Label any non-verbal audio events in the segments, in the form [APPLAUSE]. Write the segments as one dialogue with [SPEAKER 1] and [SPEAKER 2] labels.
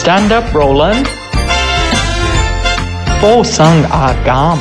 [SPEAKER 1] Stand up, Roland. Four sung a gum.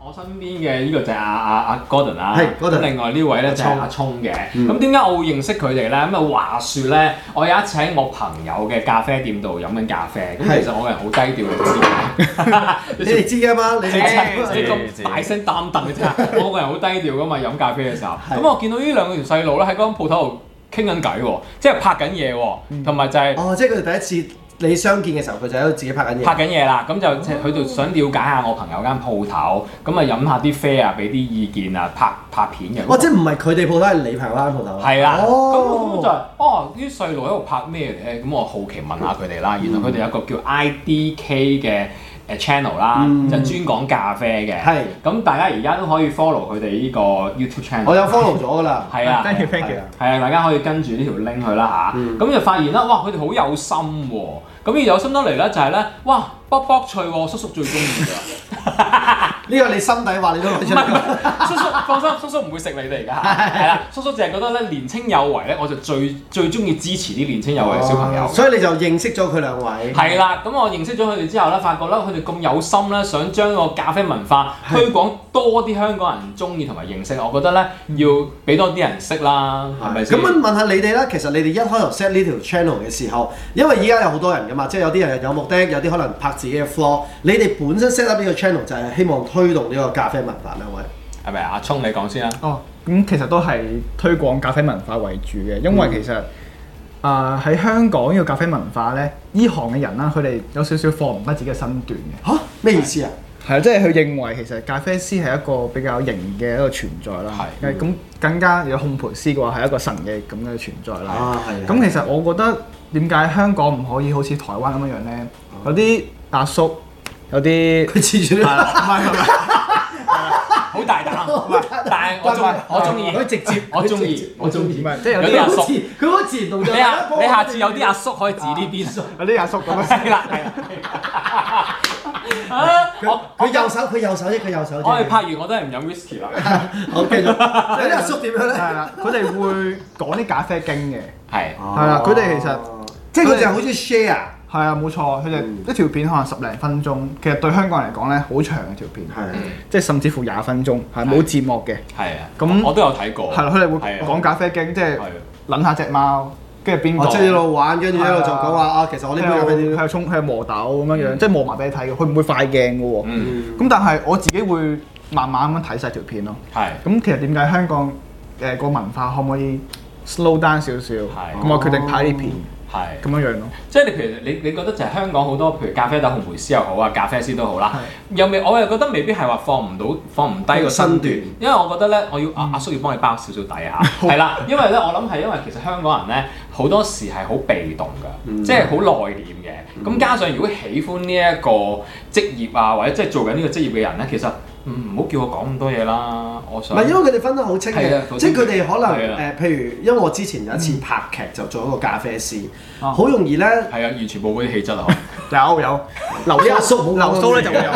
[SPEAKER 2] 我身邊嘅呢個就係阿阿阿 Gordon 啦，
[SPEAKER 3] 係，Gordon
[SPEAKER 2] 咁另外呢位咧就係
[SPEAKER 3] 阿聰嗯
[SPEAKER 2] 阿聰嘅。咁點解我會認識佢哋咧？咁啊話説咧，我有一次喺我朋友嘅咖啡店度飲緊咖啡，咁
[SPEAKER 3] 係
[SPEAKER 2] 其實我個人好低調嘅，你
[SPEAKER 3] 你
[SPEAKER 2] 知唔知
[SPEAKER 3] 哋知㗎嘛？ [LAUGHS] 你
[SPEAKER 2] [LAUGHS] 你
[SPEAKER 3] 哋
[SPEAKER 2] 咁
[SPEAKER 3] 知。
[SPEAKER 2] 大聲擔凳嘅
[SPEAKER 3] [LAUGHS]
[SPEAKER 2] 啫，我個人好低調噶嘛，飲咖啡嘅時候，咁我見到呢兩個條細路咧喺嗰間鋪頭度傾緊偈喎，即係拍緊嘢喎，同埋就係
[SPEAKER 3] 哦，即係佢哋第一次你相見嘅時候，佢就喺度自己拍緊嘢。
[SPEAKER 2] 拍緊嘢啦，咁就即係佢就想了解下我朋友間鋪頭，咁啊飲下啲啡啊，俾啲意見啊，拍拍片嘅。
[SPEAKER 3] 哦，即係唔係佢哋鋪頭，係你朋友間鋪頭。啊
[SPEAKER 2] 係啊啦，咁我就係
[SPEAKER 3] 哦，
[SPEAKER 2] 哦，啲細路喺度拍咩咧？咁我好奇問下佢哋啦。原來佢哋有一個叫 IDK 嘅誒 channel 啦，
[SPEAKER 3] 嗯
[SPEAKER 2] 就專講咖啡嘅。
[SPEAKER 3] 係
[SPEAKER 2] 咁大家而家都可以 follow 佢哋呢個 YouTube channel。
[SPEAKER 3] 我有 follow 咗㗎啦。
[SPEAKER 2] 係啊，
[SPEAKER 4] thank you
[SPEAKER 3] 係
[SPEAKER 4] thank you，
[SPEAKER 3] 啊
[SPEAKER 2] 係啊，大家可以跟住呢條 link 去啦
[SPEAKER 3] 嗯
[SPEAKER 2] 吓，咁、就發現啦，哇，佢哋好有心喎、咁而有心得嚟咧，就係咧，哇，卜卜脆喎、叔叔最中意㗎。 [LAUGHS]
[SPEAKER 3] 呢個你心底話你都攞出
[SPEAKER 2] 唔係唔
[SPEAKER 3] 嚟。
[SPEAKER 2] 係叔叔放心，叔叔唔會食你哋㗎
[SPEAKER 3] [LAUGHS]
[SPEAKER 2] 嚇。係啦，叔叔淨係覺得咧年青有為咧，我就最最中意支持啲年青有為嘅小朋友
[SPEAKER 3] 哦。所以你就認識咗佢兩位。
[SPEAKER 2] 係啦，咁我認識咗佢哋之後咧，發覺咧佢哋咁有心咧，想將個咖啡文化推廣多啲香港人中意同埋認識。我覺得咧要俾多啲人識啦，係咪
[SPEAKER 3] 咁啊
[SPEAKER 2] 先？
[SPEAKER 3] 問問下你哋啦，其實你哋一開頭 set 呢條 channel 嘅時候，因為依家有好多人噶嘛，即係有啲人有目的，有啲可能拍自己嘅 vlog。你哋本身 set up 呢個 channel 就係希望推動呢個咖啡文化兩位。
[SPEAKER 2] 係咪啊阿聰你講先啦。
[SPEAKER 4] 哦，咁其實都係推廣咖啡文化為主嘅，因為其實啊喺、香港呢個咖啡文化咧，呢行嘅人啦，佢哋有少少放唔低自己嘅身段嘅。
[SPEAKER 3] 嚇咩意思啊？
[SPEAKER 4] 係啊，即係佢認為其實咖啡師係一個比較型嘅一個存在啦。
[SPEAKER 2] 係
[SPEAKER 4] 係咁更加有烘焙師嘅話係一個神嘅咁嘅存在啦。
[SPEAKER 3] 啊係
[SPEAKER 4] 咁其實我覺得點解香港唔可以好似台灣咁樣樣咧？有啲阿叔，哦有啲
[SPEAKER 3] 佢黐住
[SPEAKER 4] 係啦唔係唔係。
[SPEAKER 2] 好大膽，但係我中
[SPEAKER 3] [LAUGHS]
[SPEAKER 2] 我中
[SPEAKER 3] 佢
[SPEAKER 2] 意，
[SPEAKER 3] 直接，
[SPEAKER 2] 我中意，我中意。
[SPEAKER 4] 唔係即係有
[SPEAKER 2] 有啲
[SPEAKER 4] 啲
[SPEAKER 2] 阿
[SPEAKER 3] 佢
[SPEAKER 2] 叔
[SPEAKER 3] 好，似佢好自然動作。
[SPEAKER 2] 你下你下次有啲阿叔可以指呢邊，
[SPEAKER 4] 有啲阿叔咁
[SPEAKER 2] [LAUGHS]
[SPEAKER 4] 樣。[LAUGHS]
[SPEAKER 2] 係啦係啦。啊
[SPEAKER 3] 佢
[SPEAKER 2] 我
[SPEAKER 3] 佢右手，佢右手啫，佢右手啫。
[SPEAKER 2] 我哋拍完我都係唔飲 whisky 啦，
[SPEAKER 3] 好
[SPEAKER 2] [LAUGHS]
[SPEAKER 3] 繼續。有啲阿叔點樣咧？
[SPEAKER 4] 係啦，佢哋會講啲咖啡經嘅，
[SPEAKER 2] 係
[SPEAKER 4] 係啦佢哋其實
[SPEAKER 3] 即係
[SPEAKER 4] 即係
[SPEAKER 3] 佢
[SPEAKER 4] 佢哋
[SPEAKER 3] 哋好中意 share。
[SPEAKER 4] 係啊冇錯，佢哋一條片可能十零分鐘，其實對香港人嚟講咧好長嘅條片，
[SPEAKER 3] 係
[SPEAKER 4] 即係甚至乎廿分鐘，係冇字幕嘅，
[SPEAKER 2] 係啊。
[SPEAKER 4] 咁
[SPEAKER 2] 我都有睇過，
[SPEAKER 4] 係啦，佢哋會
[SPEAKER 2] 係啊
[SPEAKER 4] 講咖啡經，即係
[SPEAKER 2] 係啊
[SPEAKER 4] 撚下只貓，跟住邊
[SPEAKER 3] 我
[SPEAKER 4] 個
[SPEAKER 3] 哦即係一路玩，跟住一路就講話
[SPEAKER 4] 係
[SPEAKER 3] 啊，其實我呢杯咖啡點
[SPEAKER 4] 喺
[SPEAKER 3] 點
[SPEAKER 4] 度喺度沖喺度磨豆咁樣樣，即係磨埋俾你睇嘅，佢唔會快鏡嘅喎。
[SPEAKER 2] 嗯
[SPEAKER 4] 咁但係我自己會慢慢咁樣睇晒條片咯。
[SPEAKER 2] 係
[SPEAKER 4] 咁其實點解香港誒個文化可唔可以 slow down 少少？
[SPEAKER 2] 係哦
[SPEAKER 4] 咁我決定拍呢片
[SPEAKER 2] 係。
[SPEAKER 4] 咁樣樣咯。
[SPEAKER 2] 即係你譬如你你覺得就係香港好多譬如咖啡豆烘焙師又好啊，咖啡師都好啦，又未我又覺得未必係話放唔到放唔低個身
[SPEAKER 3] 身
[SPEAKER 2] 段
[SPEAKER 3] 段，
[SPEAKER 2] 因為我覺得咧，我要啊
[SPEAKER 3] 嗯
[SPEAKER 2] 阿阿叔要幫你包少少底
[SPEAKER 3] [LAUGHS]
[SPEAKER 2] 下，係啦，因為咧我諗係因為其實香港人咧好多時係好被動
[SPEAKER 3] 嗯
[SPEAKER 2] 㗎，即係好內斂嘅，咁加上如果喜歡呢一個職業啊，或者即係做緊呢個職業嘅人咧，其實嗯唔好叫我講咁多嘢啦，我
[SPEAKER 3] 唔
[SPEAKER 2] 想
[SPEAKER 3] 係因為佢哋分得好清
[SPEAKER 2] 係啊
[SPEAKER 3] 嘅，即係佢哋可
[SPEAKER 2] 係
[SPEAKER 3] 能
[SPEAKER 2] 啊嗯
[SPEAKER 3] 誒，譬如因為我之前有一次拍劇就做一個咖啡師，
[SPEAKER 2] 啊
[SPEAKER 3] 好容易咧，
[SPEAKER 2] 係啊，完全冇嗰啲氣質啊， [LAUGHS]
[SPEAKER 4] 有有流
[SPEAKER 3] 啲阿哎叔好
[SPEAKER 4] 蘇流蘇咧就會
[SPEAKER 3] 講
[SPEAKER 4] 有。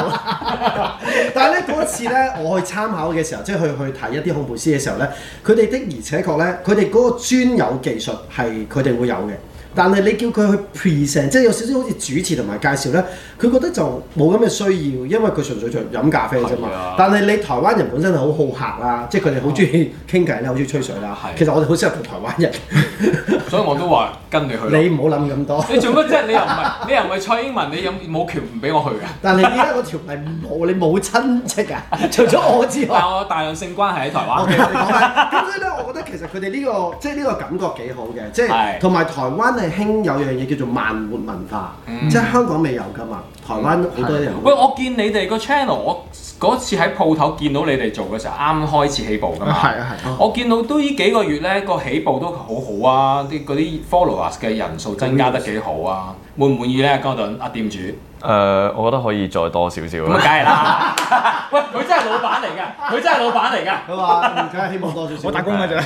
[SPEAKER 3] [LAUGHS] 但係咧嗰一次咧，我去參考嘅時候，即係去去睇一啲烘焙師嘅時候咧，佢哋的而且確咧，佢哋嗰個專有技術係佢哋會有嘅。但係你叫佢去 present，即係有少少好似主持同埋介紹咧，佢覺得就冇咁嘅需要，因為佢純粹就飲咖啡啫嘛
[SPEAKER 2] 係啊。
[SPEAKER 3] 但係你台灣人本身係好好客啦，即係佢哋好中意傾偈啦，好中意吹水啦
[SPEAKER 2] 係。
[SPEAKER 3] 其實我哋好適合同台灣人，
[SPEAKER 2] 所以我都話跟你去咯
[SPEAKER 3] [LAUGHS] 你唔好諗咁多。
[SPEAKER 2] 你做乜啫？你又唔係，你又唔係蔡英文，你有冇權唔俾我
[SPEAKER 3] [LAUGHS]
[SPEAKER 2] 去㗎？
[SPEAKER 3] 但係你而家嗰條例冇，你冇親戚啊，除咗我之
[SPEAKER 2] [LAUGHS]
[SPEAKER 3] 外
[SPEAKER 2] 但。我有大量性關係喺台灣
[SPEAKER 3] O K，。你講啦。咁所以咧，我覺得其實佢哋呢個即係呢個感覺幾好嘅，即
[SPEAKER 2] 係
[SPEAKER 3] 係同埋台灣係興有樣嘢叫做慢活文化，即係香港未有㗎嘛。台灣好多人
[SPEAKER 2] 喂，我見你哋個 channel，我嗰次喺鋪頭見到你哋做嘅時候，啱開始起步㗎嘛。
[SPEAKER 4] 係啊係啊
[SPEAKER 2] 我見到都呢幾個月咧，個起步都好好啊，啲嗰啲 followers 嘅人數增加得幾好啊，滿唔滿意咧？江頓阿店主，咁
[SPEAKER 5] 誒、我覺得可以再多少少
[SPEAKER 2] 啊，梗
[SPEAKER 5] 啦。
[SPEAKER 2] 係啦。
[SPEAKER 4] [LAUGHS]
[SPEAKER 2] 喂，佢真係老闆嚟㗎，佢真係老闆嚟㗎。
[SPEAKER 3] 佢話：嗯梗係希望多少少。
[SPEAKER 4] 我打工嘅 [LAUGHS] 啫，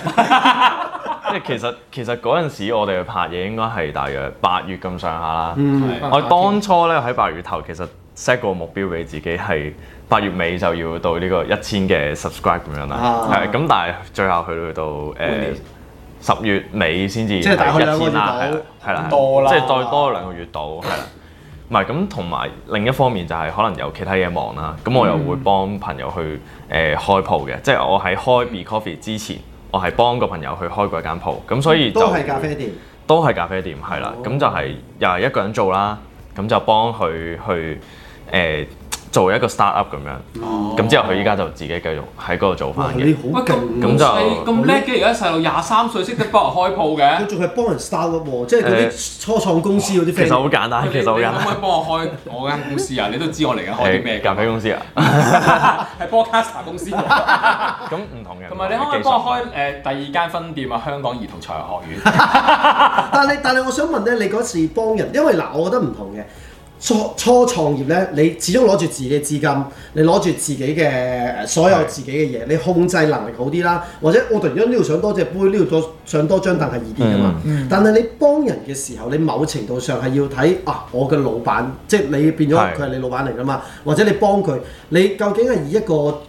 [SPEAKER 5] 因為其實其實嗰陣時我哋去拍嘢應該係大約八月咁上下啦。
[SPEAKER 3] 嗯，
[SPEAKER 2] 係
[SPEAKER 5] 我當初咧喺八月頭其實 set 個目標俾自己係八月尾就要到呢個一千嘅 subscribe 咁樣啦。
[SPEAKER 3] 啊
[SPEAKER 5] 係咁、但係最後去到誒、
[SPEAKER 2] 半年
[SPEAKER 5] 十月尾先至
[SPEAKER 3] 即係大概兩個月
[SPEAKER 5] 一千啦
[SPEAKER 3] 到
[SPEAKER 5] 係啦係啦，係
[SPEAKER 2] 多啦
[SPEAKER 5] 即係再多兩個月到，係啦。唔係咁，同埋另一方面就係可能有其他嘢忙啦，咁我又
[SPEAKER 3] 嗯
[SPEAKER 5] 會幫朋友去誒、呃、開鋪嘅，即係我喺開 Be Coffee 之前，我係幫個朋友去開過一間鋪，咁所以就
[SPEAKER 3] 都係咖啡店。
[SPEAKER 5] 都係咖啡店，係啦
[SPEAKER 3] 哦，
[SPEAKER 5] 咁、就係又係一個人做啦，咁就幫佢去誒、呃做一個 start up 咁樣，
[SPEAKER 2] 哦
[SPEAKER 5] 咁、之後佢依家就自己繼續喺嗰度做
[SPEAKER 3] 哇！
[SPEAKER 5] 翻
[SPEAKER 3] 你
[SPEAKER 5] 嘅，
[SPEAKER 3] 好
[SPEAKER 2] 喂，
[SPEAKER 3] 勁
[SPEAKER 2] 咁
[SPEAKER 3] 喎
[SPEAKER 5] 咁
[SPEAKER 2] 咁
[SPEAKER 5] 就
[SPEAKER 2] 細咁叻嘅，而家細路廿三歲識得幫人開鋪嘅
[SPEAKER 3] [LAUGHS] 佢。仲係幫人 start up 喎，即係嗰啲初創公司嗰啲
[SPEAKER 5] 其實
[SPEAKER 3] friend。
[SPEAKER 5] 好簡單，其
[SPEAKER 2] 你
[SPEAKER 5] 實好
[SPEAKER 2] 你可
[SPEAKER 5] 簡
[SPEAKER 2] 唔可以
[SPEAKER 5] 單。
[SPEAKER 2] 幫我開我間公司啊？你都知我嚟緊開啲咩
[SPEAKER 5] 誒咖啡
[SPEAKER 2] 㗎？
[SPEAKER 5] 公司啊，
[SPEAKER 2] [LAUGHS] 係 Broadcaster 公司。啊同
[SPEAKER 5] 咁唔同嘅。
[SPEAKER 2] 埋你可唔可以幫我開誒第二間分店啊？香港兒童才藝學院。
[SPEAKER 3] 但係但係，我想問咧，你嗰次幫人，因為嗱，我覺得唔同嘅。初初創業咧，你始終攞住自己嘅資金，你攞住自己嘅呃所有自己嘅嘢，你控制能力好啲啦。或者我突然間呢度想多隻杯，呢度多想多張凳係易啲噶嘛。但係你幫人嘅時候，你某程度上係要睇啊，我嘅老闆，即係你變咗
[SPEAKER 5] 係
[SPEAKER 3] 佢係你老闆嚟噶嘛，或者你幫佢，你究竟係以一個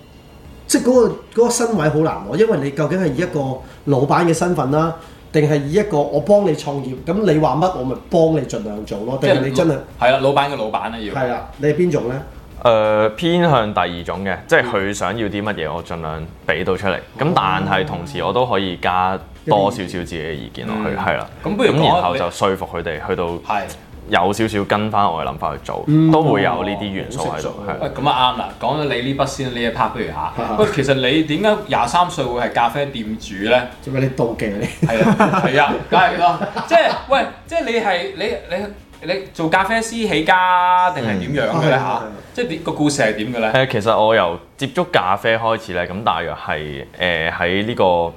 [SPEAKER 3] 即係嗰、個嗰個身位好難攞，因為你究竟係以一個老闆嘅身份啦，定係以一個我幫你創業，咁你話乜我咪幫你盡量做咯，定 [LAUGHS] 係你真係
[SPEAKER 2] 係啦，老闆嘅老闆啦要。
[SPEAKER 3] 係啦？你係邊種咧？
[SPEAKER 5] 誒、偏向第二種嘅，即
[SPEAKER 2] 嗯
[SPEAKER 5] 係佢想要啲乜嘢，我盡量俾到出嚟。
[SPEAKER 2] 哦
[SPEAKER 5] 咁但係同時我都可以加多少少自己嘅意見落去，
[SPEAKER 2] 嗯
[SPEAKER 5] 係啦、
[SPEAKER 2] 咁不如講
[SPEAKER 5] 咁
[SPEAKER 2] 下
[SPEAKER 5] 然後
[SPEAKER 2] 你
[SPEAKER 5] 就說服佢哋去到
[SPEAKER 2] 係。
[SPEAKER 5] 有少少跟翻我嘅諗法去做，都會有呢啲元素喺度
[SPEAKER 3] 好。食
[SPEAKER 2] 喂，
[SPEAKER 5] 係
[SPEAKER 2] 咁啊啱啦，講咗你呢筆先，呢一 part 不如嚇
[SPEAKER 3] 啊。
[SPEAKER 2] 喂，其實你點解廿三歲會係咖啡店主咧？
[SPEAKER 3] 做咩你妒忌你？
[SPEAKER 2] 係啊， [LAUGHS] 係啊，梗係啦。即係喂，即係你係你你你做咖啡師起家定係點樣嘅咧
[SPEAKER 3] 嗯
[SPEAKER 2] 嚇？即係點個故事係點嘅咧？
[SPEAKER 5] 誒，其實我由接觸咖啡開始咧，咁大約係誒喺呢個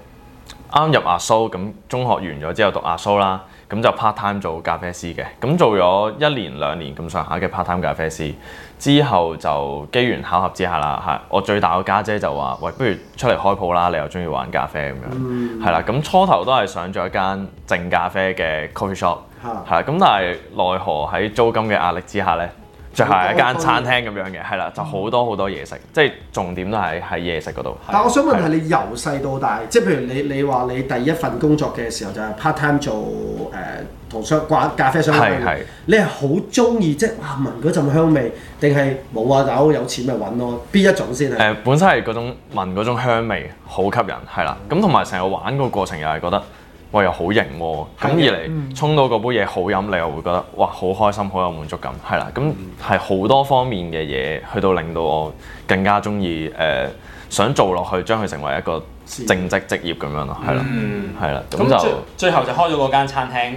[SPEAKER 5] 啱入阿蘇，咁中學完咗之後讀阿蘇啦，咁就 part time 做咖啡師嘅，咁做咗一年兩年咁上下嘅 part time 咖啡師，之後就機緣巧合之下啦，係我最大個家姐就話：喂，不如出嚟開鋪啦，你又中意玩咖啡咁樣，係啦、咁初頭都係上咗一間淨咖啡嘅 coffee shop。
[SPEAKER 3] 嚇
[SPEAKER 5] 係啦，咁但係奈何喺租金嘅壓力之下咧，就係一間餐廳咁樣嘅，係啦，就好多好多嘢食，即係重點都係喺嘢食嗰度。
[SPEAKER 3] 但我想嗯問係你由細到大，即係譬如你你話你第一份工作嘅時候就係 part time 做誒同商掛咖啡相關
[SPEAKER 5] 係係
[SPEAKER 3] 嘅，你係好中意即係哇聞嗰陣香味，定係冇啊有有錢咪揾咯？邊一種先
[SPEAKER 5] 誒、
[SPEAKER 3] 啊？
[SPEAKER 5] 本身係嗰種聞嗰種香味好吸引，係啦，咁同埋成個玩個過程又係覺得，哇又好型喎，咁二
[SPEAKER 3] 嗯
[SPEAKER 5] 嚟沖到嗰杯嘢好飲，你又會覺得哇好開心，好有滿足感，係啦，
[SPEAKER 3] 嗯
[SPEAKER 5] 咁係好多方面嘅嘢去到令到我更加中意誒想做落去，將佢成為一個
[SPEAKER 3] 事業
[SPEAKER 5] 正職職業咁樣咯，係啦，
[SPEAKER 2] 嗯，
[SPEAKER 5] 係啦，咁
[SPEAKER 2] 咁
[SPEAKER 5] 就
[SPEAKER 2] 最。最後就開咗嗰間餐廳。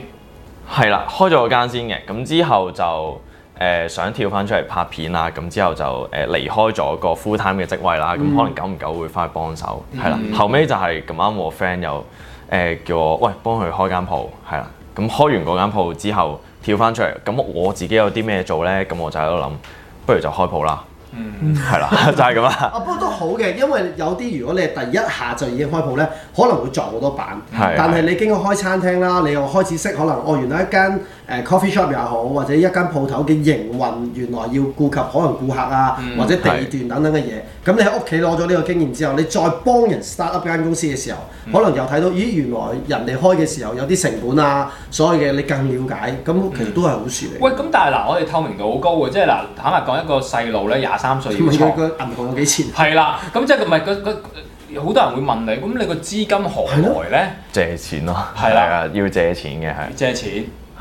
[SPEAKER 5] 係啦，開咗個間先嘅，咁之後就誒、呃想跳翻出嚟拍片啦，咁之後就誒、呃、離開咗個 full time 嘅職位啦，咁、可能久唔久會翻去幫手，係啦、後尾就係咁啱我 friend 又誒、呃叫我喂幫佢開間鋪，係啦，咁開完嗰間鋪之後跳翻出嚟，咁我自己有啲咩做咧？咁我就喺度諗，不如就開鋪啦，
[SPEAKER 2] 嗯，
[SPEAKER 5] 係啦，就係咁啦。
[SPEAKER 3] 啊，不過都好嘅，因為有啲如果你係第一下就已經開鋪咧，可能會撞好多板。
[SPEAKER 5] 係
[SPEAKER 3] 但係你經過開餐廳啦，你又開始識可能哦，原來一間誒、呃 coffee shop 又好，或者一間鋪頭嘅營運，原來要顧及可能顧客啊，
[SPEAKER 2] 嗯
[SPEAKER 3] 或者地段等等嘅嘢。咁你喺屋企攞咗呢個經驗之後，你再幫人 start up 間公司嘅時候，可能又睇到咦，原來人哋開嘅時候有啲成本啊，所有嘅你更了解，咁其實都係好事嚟。
[SPEAKER 2] 喂，咁但係嗱，我哋透明度好高嘅，即係嗱，坦白講，一個細路咧，廿三歲要
[SPEAKER 3] 問佢
[SPEAKER 2] 創
[SPEAKER 3] 個銀行有幾錢？啊
[SPEAKER 2] 係啦，咁即係唔係個個好多人會問你，咁你個資金何來咧？
[SPEAKER 5] 借錢咯，
[SPEAKER 2] 係啦
[SPEAKER 5] 啊，要借錢嘅係
[SPEAKER 2] 借錢。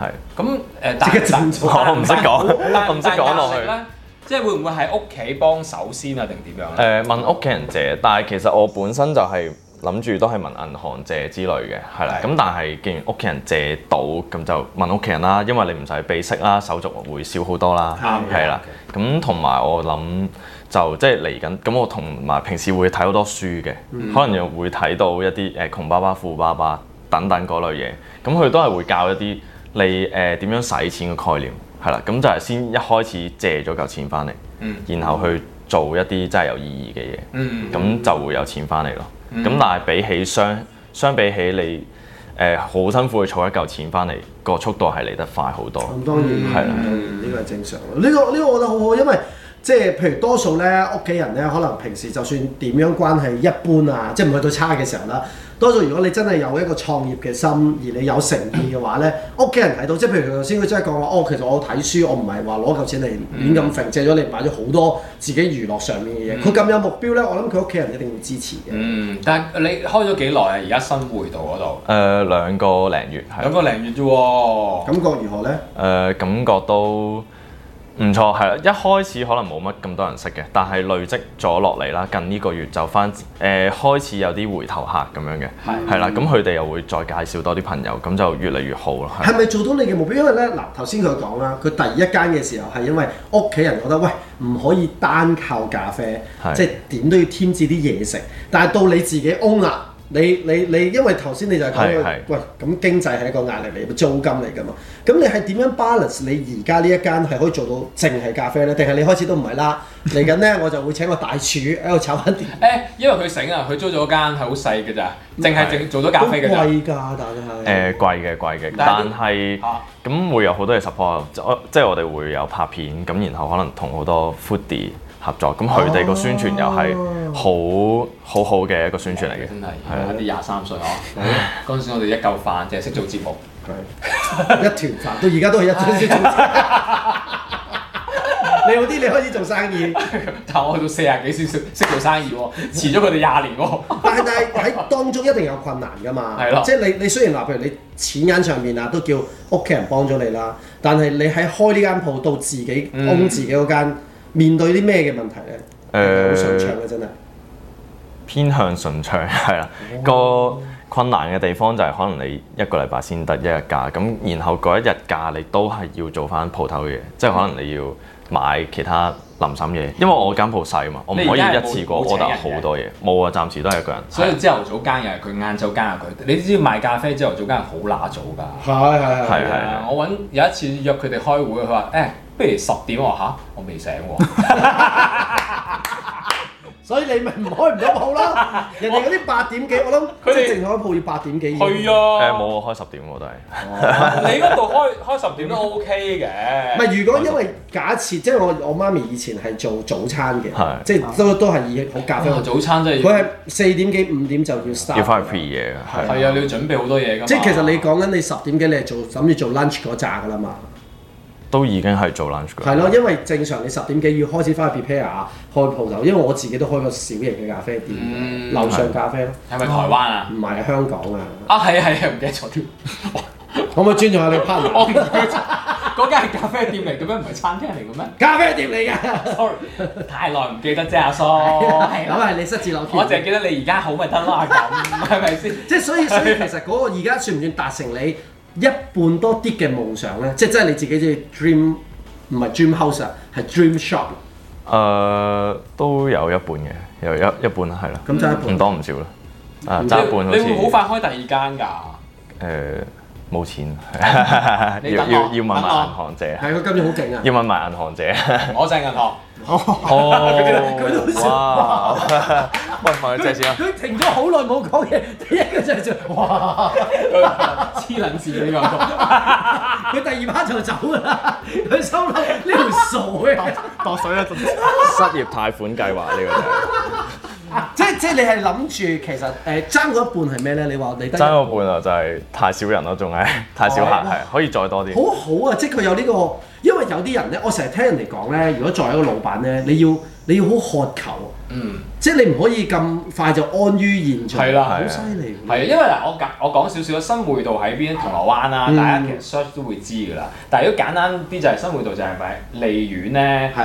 [SPEAKER 5] 係，
[SPEAKER 2] 咁誒，但
[SPEAKER 3] 即刻震咗
[SPEAKER 5] 我唔識講
[SPEAKER 2] 但
[SPEAKER 5] [LAUGHS] 我唔識講落去
[SPEAKER 2] 但係咧即係會唔會喺屋企幫手先啊，定點樣
[SPEAKER 5] 誒、
[SPEAKER 2] 咧？
[SPEAKER 5] 問屋企人借，但係其實我本身就係諗住都係問銀行借之類嘅，係啦。
[SPEAKER 2] 係
[SPEAKER 5] 咁但係既然屋企人借到，咁就問屋企人啦，因為你唔使俾息啦，手續會少好多啦，
[SPEAKER 3] 啱嘅
[SPEAKER 5] 係啦。咁同埋我諗就即係嚟緊，咁我同埋平時會睇好多書嘅，
[SPEAKER 2] 嗯
[SPEAKER 5] 可能又會睇到一啲誒、窮爸爸、富爸爸等等嗰類嘢，咁佢都係會教一啲你誒點、樣使錢嘅概念，係啦。咁就係先一開始借咗嚿錢翻嚟，
[SPEAKER 2] 嗯
[SPEAKER 5] 然後去做一啲真係有意義嘅嘢。
[SPEAKER 2] 嗯。
[SPEAKER 5] 咁就會有錢翻嚟咯。咁、但係比起相相比起你誒好、辛苦去儲一嚿錢翻嚟，個速度係嚟得快好多。
[SPEAKER 3] 咁當然嗯
[SPEAKER 5] 係啦
[SPEAKER 3] 呢個係正常。呢、個呢、個我覺得好好，因為即係譬如多數咧，屋企人咧，可能平時就算點樣關係一般啊，即係唔去到差嘅時候啦。多數如果你真係有一個創業嘅心，而你有誠意嘅話咧，屋企人睇到，即係譬如頭先佢真係講話，哦，其實我睇書，我唔係話攞嚿錢嚟亂咁揈，借咗你買咗好多自己娛樂上面嘅嘢。佢咁有目標咧，我諗佢屋企人一定會支持嘅。
[SPEAKER 2] 嗯，但係你開咗幾耐啊？而家新會道嗰度
[SPEAKER 5] 誒兩個零月係啊
[SPEAKER 2] 兩個零月啫喎。
[SPEAKER 3] 感覺如何咧？
[SPEAKER 5] 誒、呃感覺都唔錯，係啦。啊一開始可能冇乜咁多人識嘅，但係累積咗落嚟啦。近呢個月就翻誒、開始有啲回頭客咁樣嘅，係啦。咁佢哋又會再介紹多啲朋友，咁就越嚟越好啦。
[SPEAKER 2] 嗯
[SPEAKER 5] 係
[SPEAKER 3] 係咪做到你嘅目標？因為咧，嗱頭先佢講啦，佢第一間嘅時候係因為屋企人覺得喂唔可以單靠咖啡，
[SPEAKER 5] 係
[SPEAKER 3] 即係點都要添置啲嘢食。但係到你自己 own 啦，你你你，因為頭先你就係講
[SPEAKER 5] 係
[SPEAKER 3] 到
[SPEAKER 5] 係
[SPEAKER 3] 喂咁經濟係一個壓力嚟，租金嚟㗎嘛。咁你係點樣 balance 你而家呢一間係可以做到淨係咖啡咧？定係你開始都唔係啦？嚟緊咧我就會請個大廚喺度炒翻啲。
[SPEAKER 2] 誒，因為佢醒啊，佢租咗間係好細嘅咋，
[SPEAKER 5] 嗯
[SPEAKER 2] 淨係淨做咗咖啡嘅
[SPEAKER 3] 都
[SPEAKER 2] 咋。
[SPEAKER 3] 貴㗎，但係
[SPEAKER 5] 誒、呃貴嘅貴嘅，
[SPEAKER 2] 但係
[SPEAKER 5] 但係
[SPEAKER 2] 啊
[SPEAKER 5] 咁會有好多嘢 support，即即係我哋會有拍片，咁然後可能同好多 foodie 合作，咁佢哋個宣傳又係
[SPEAKER 2] 哦
[SPEAKER 5] 好好好嘅一個宣傳嚟嘅，
[SPEAKER 2] 真係
[SPEAKER 5] 係啊
[SPEAKER 2] 而家啲廿三歲啊！嗰陣時我哋一嚿飯淨係識做節目，
[SPEAKER 3] 一團飯，到而家都係一團先做。 [LAUGHS] 你好啲，你開始做生意，
[SPEAKER 2] 但我去到四廿幾先識識做生意喎，遲咗佢哋廿年喎。
[SPEAKER 3] 但係但係喺當中一定有困難㗎嘛。
[SPEAKER 2] 係咯
[SPEAKER 3] 即係你你雖然話譬如你錢銀上面啊，都叫屋企人幫咗你啦，但係你喺開呢間鋪到自己
[SPEAKER 2] 嗯
[SPEAKER 3] own 自己嗰間，面對啲咩嘅問題咧？
[SPEAKER 5] 誒
[SPEAKER 3] 好順暢嘅真係。
[SPEAKER 5] 偏向順暢 [LAUGHS] 係啦。
[SPEAKER 2] 哦
[SPEAKER 5] 個困難嘅地方就係可能你一個禮拜先得一日假，咁然後嗰一日假你都係要做翻鋪頭嘅嘢，即係可能你要買其他臨審嘢，因為我間鋪細嘛，我唔可以
[SPEAKER 2] 嗯你而家係
[SPEAKER 5] 一
[SPEAKER 2] 冇
[SPEAKER 5] 次過
[SPEAKER 2] 冇請
[SPEAKER 5] order
[SPEAKER 2] 人嘅
[SPEAKER 5] 好多嘢，冇啊，暫時都係一個人。
[SPEAKER 2] [LAUGHS] 所
[SPEAKER 5] 係
[SPEAKER 2] 以
[SPEAKER 5] 啊
[SPEAKER 2] 朝頭早間又係佢，晏晝間又係啊佢。你知賣咖啡朝頭早間係好乸早㗎。
[SPEAKER 3] 係係
[SPEAKER 5] 係
[SPEAKER 2] 係啊，我揾有一次約佢哋開會，佢話誒，不如十點我嚇，我未醒喎。
[SPEAKER 3] 所以你咪唔開唔到
[SPEAKER 2] [LAUGHS]
[SPEAKER 3] 鋪啦。人哋嗰啲八點幾，我諗
[SPEAKER 2] 佢
[SPEAKER 3] 即
[SPEAKER 2] 哋
[SPEAKER 3] 係正常開鋪要八點幾。
[SPEAKER 2] [LAUGHS] 係
[SPEAKER 5] 誒
[SPEAKER 2] 啊，
[SPEAKER 5] 冇我開十點我都係。
[SPEAKER 2] [LAUGHS] 你嗰度開開十點都 OK 嘅。
[SPEAKER 3] 唔係，如果因為假設，即係我我媽咪以前係做早餐嘅
[SPEAKER 5] 係，
[SPEAKER 3] 即係都都係以好咖啡
[SPEAKER 2] 因為
[SPEAKER 3] 為主。
[SPEAKER 2] 早餐真係
[SPEAKER 3] 佢係啊四點幾五點就要 start，
[SPEAKER 5] 要翻去 pre 嘢嘅，係
[SPEAKER 2] 係啊，你要準備好多嘢㗎嘛。
[SPEAKER 3] 即係其實你講緊你十點幾你係做諗住做 lunch 嗰扎㗎啦嘛，
[SPEAKER 5] 都已經係做 lunch 㗎。
[SPEAKER 3] 係咯，因為正常你十點幾要開始翻去 prepare 開鋪頭，因為我自己都開個小型嘅咖啡店，
[SPEAKER 2] 嗯
[SPEAKER 3] 樓上咖啡咯，
[SPEAKER 2] 係咪台灣啊？
[SPEAKER 3] 唔係啊香港啊，
[SPEAKER 2] 啊係啊係啊，唔記得咗添。
[SPEAKER 3] 可唔可以尊重下你 partner？
[SPEAKER 2] [LAUGHS] 我唔記得咗 [LAUGHS] 嗰間係咖啡店嚟嘅咩？唔係餐廳嚟嘅咩
[SPEAKER 3] 咖啡店嚟㗎，
[SPEAKER 2] ？Sorry，太耐唔記得啫，阿叔。
[SPEAKER 3] 咁
[SPEAKER 2] 係啊啦，
[SPEAKER 3] [LAUGHS] 係你失智扭
[SPEAKER 2] 我淨
[SPEAKER 3] 橋
[SPEAKER 2] 係。記得你而家好咪得啦，咁係
[SPEAKER 5] [LAUGHS]
[SPEAKER 2] 咪先？
[SPEAKER 3] 即係所以所以其實嗰個而家算唔算達成你一半多啲嘅夢想咧？即係真係你自己嘅 dream 唔係 dream house 啊，係 dream shop。
[SPEAKER 5] 誒、都有一半嘅，有一一半啦，係啦，
[SPEAKER 3] 咁爭一半
[SPEAKER 5] 唔多唔少啦。啊，
[SPEAKER 3] 嗯
[SPEAKER 5] 爭一半好
[SPEAKER 2] 你你會好
[SPEAKER 5] 似
[SPEAKER 2] 快開第二間㗎？
[SPEAKER 5] [LAUGHS] 誒呃冇 [LAUGHS] 錢，
[SPEAKER 2] 你
[SPEAKER 5] 要
[SPEAKER 2] 等
[SPEAKER 5] 要
[SPEAKER 2] 我
[SPEAKER 5] 要問埋
[SPEAKER 2] 等我
[SPEAKER 5] 銀行借，
[SPEAKER 3] 係佢今年好勁啊！
[SPEAKER 5] 要問埋銀行借。
[SPEAKER 2] 我就係銀行，
[SPEAKER 5] 哦，哇！喂，問佢借錢啊！
[SPEAKER 3] 佢停咗好耐冇講嘢，第一個就 [LAUGHS] 係做哇，
[SPEAKER 2] 黐撚線呢 [LAUGHS] 個。
[SPEAKER 3] 佢第二 part 就走㗎啦。佢心諗呢條傻
[SPEAKER 5] [LAUGHS]
[SPEAKER 3] 嘅，
[SPEAKER 4] 度水啦，
[SPEAKER 5] 失業貸款計劃呢個就係
[SPEAKER 3] 即係即係你係諗住其實誒爭嗰一半係咩咧？你話你得一
[SPEAKER 5] 爭咗一半啊，就係太少人咯，仲係太少客，
[SPEAKER 3] 哦
[SPEAKER 5] 係可以再多啲。
[SPEAKER 3] 好好啊！即係佢有呢、個，因為有啲人咧，我成日聽人哋講咧，如果作為一個老闆咧，你要你要好渴求啊。
[SPEAKER 2] 嗯。
[SPEAKER 3] 即係你唔可以咁快就安於現狀，
[SPEAKER 2] 係啦
[SPEAKER 3] 好
[SPEAKER 5] 係啊
[SPEAKER 3] 犀利喎。
[SPEAKER 2] 係啊，因為嗱，我講我講少少新會道喺邊，銅鑼灣啦，
[SPEAKER 3] 嗯
[SPEAKER 2] 大家其實 search 都會知㗎啦。但係如果簡單啲就係新會道就係咪利苑咧
[SPEAKER 3] 係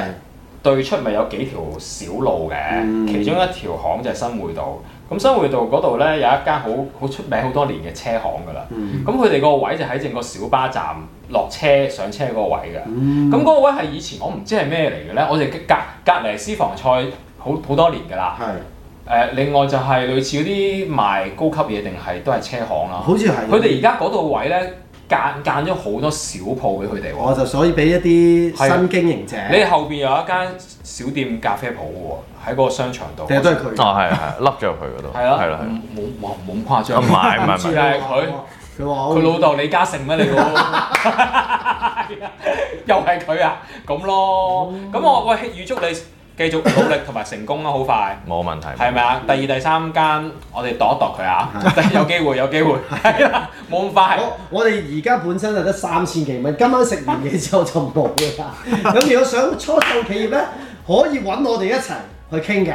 [SPEAKER 2] 對出咪有幾條小路嘅，
[SPEAKER 3] 嗯
[SPEAKER 2] 其中一條巷就係新會道。咁新會道嗰度咧有一間好好出名好多年嘅車行㗎啦。
[SPEAKER 3] 嗯
[SPEAKER 2] 咁佢哋個位就喺正個小巴站落車上車嗰個位㗎。
[SPEAKER 3] 嗯
[SPEAKER 2] 咁嗰個位係以前我唔知係咩嚟嘅咧，我哋隔隔離私房菜好好多年㗎啦。
[SPEAKER 3] 係，
[SPEAKER 2] 誒、另外就係類似嗰啲賣高級嘢定係都係車行啦。
[SPEAKER 3] 好似係。
[SPEAKER 2] 佢哋而家嗰度位咧間間咗好多小鋪俾佢哋喎。
[SPEAKER 3] 我就所以俾一啲
[SPEAKER 2] 係啊
[SPEAKER 3] 新經營者，
[SPEAKER 2] 你後邊有一間小店咖啡鋪喎，喺嗰個商場度。
[SPEAKER 3] 定係都係佢。
[SPEAKER 5] 哦，係係，笠咗入去嗰度，
[SPEAKER 2] 係啦，
[SPEAKER 5] 係啦，係啦
[SPEAKER 2] 冇冇冇咁誇
[SPEAKER 5] 唔
[SPEAKER 2] 張。
[SPEAKER 5] 係唔係唔係
[SPEAKER 2] 就係佢
[SPEAKER 3] 啊佢話
[SPEAKER 2] [LAUGHS]
[SPEAKER 3] 我
[SPEAKER 2] 佢老豆李嘉誠咩？你估？係啊又係佢啊，咁咯。咁我喂預祝你繼續努力同埋成功啦，啊好快。
[SPEAKER 5] 冇問題。
[SPEAKER 2] 係咪啊？第二、第三間，我哋度一度佢啊！ [LAUGHS] 有機會，有機會，係啦，冇咁快。
[SPEAKER 3] 我我哋而家本身係得三千幾蚊，今晚食完嘢之後就冇
[SPEAKER 2] [LAUGHS]
[SPEAKER 3] 㗎啦。咁如果想初創企業咧，可以揾我哋一齊去
[SPEAKER 2] [LAUGHS]
[SPEAKER 3] 傾嘅。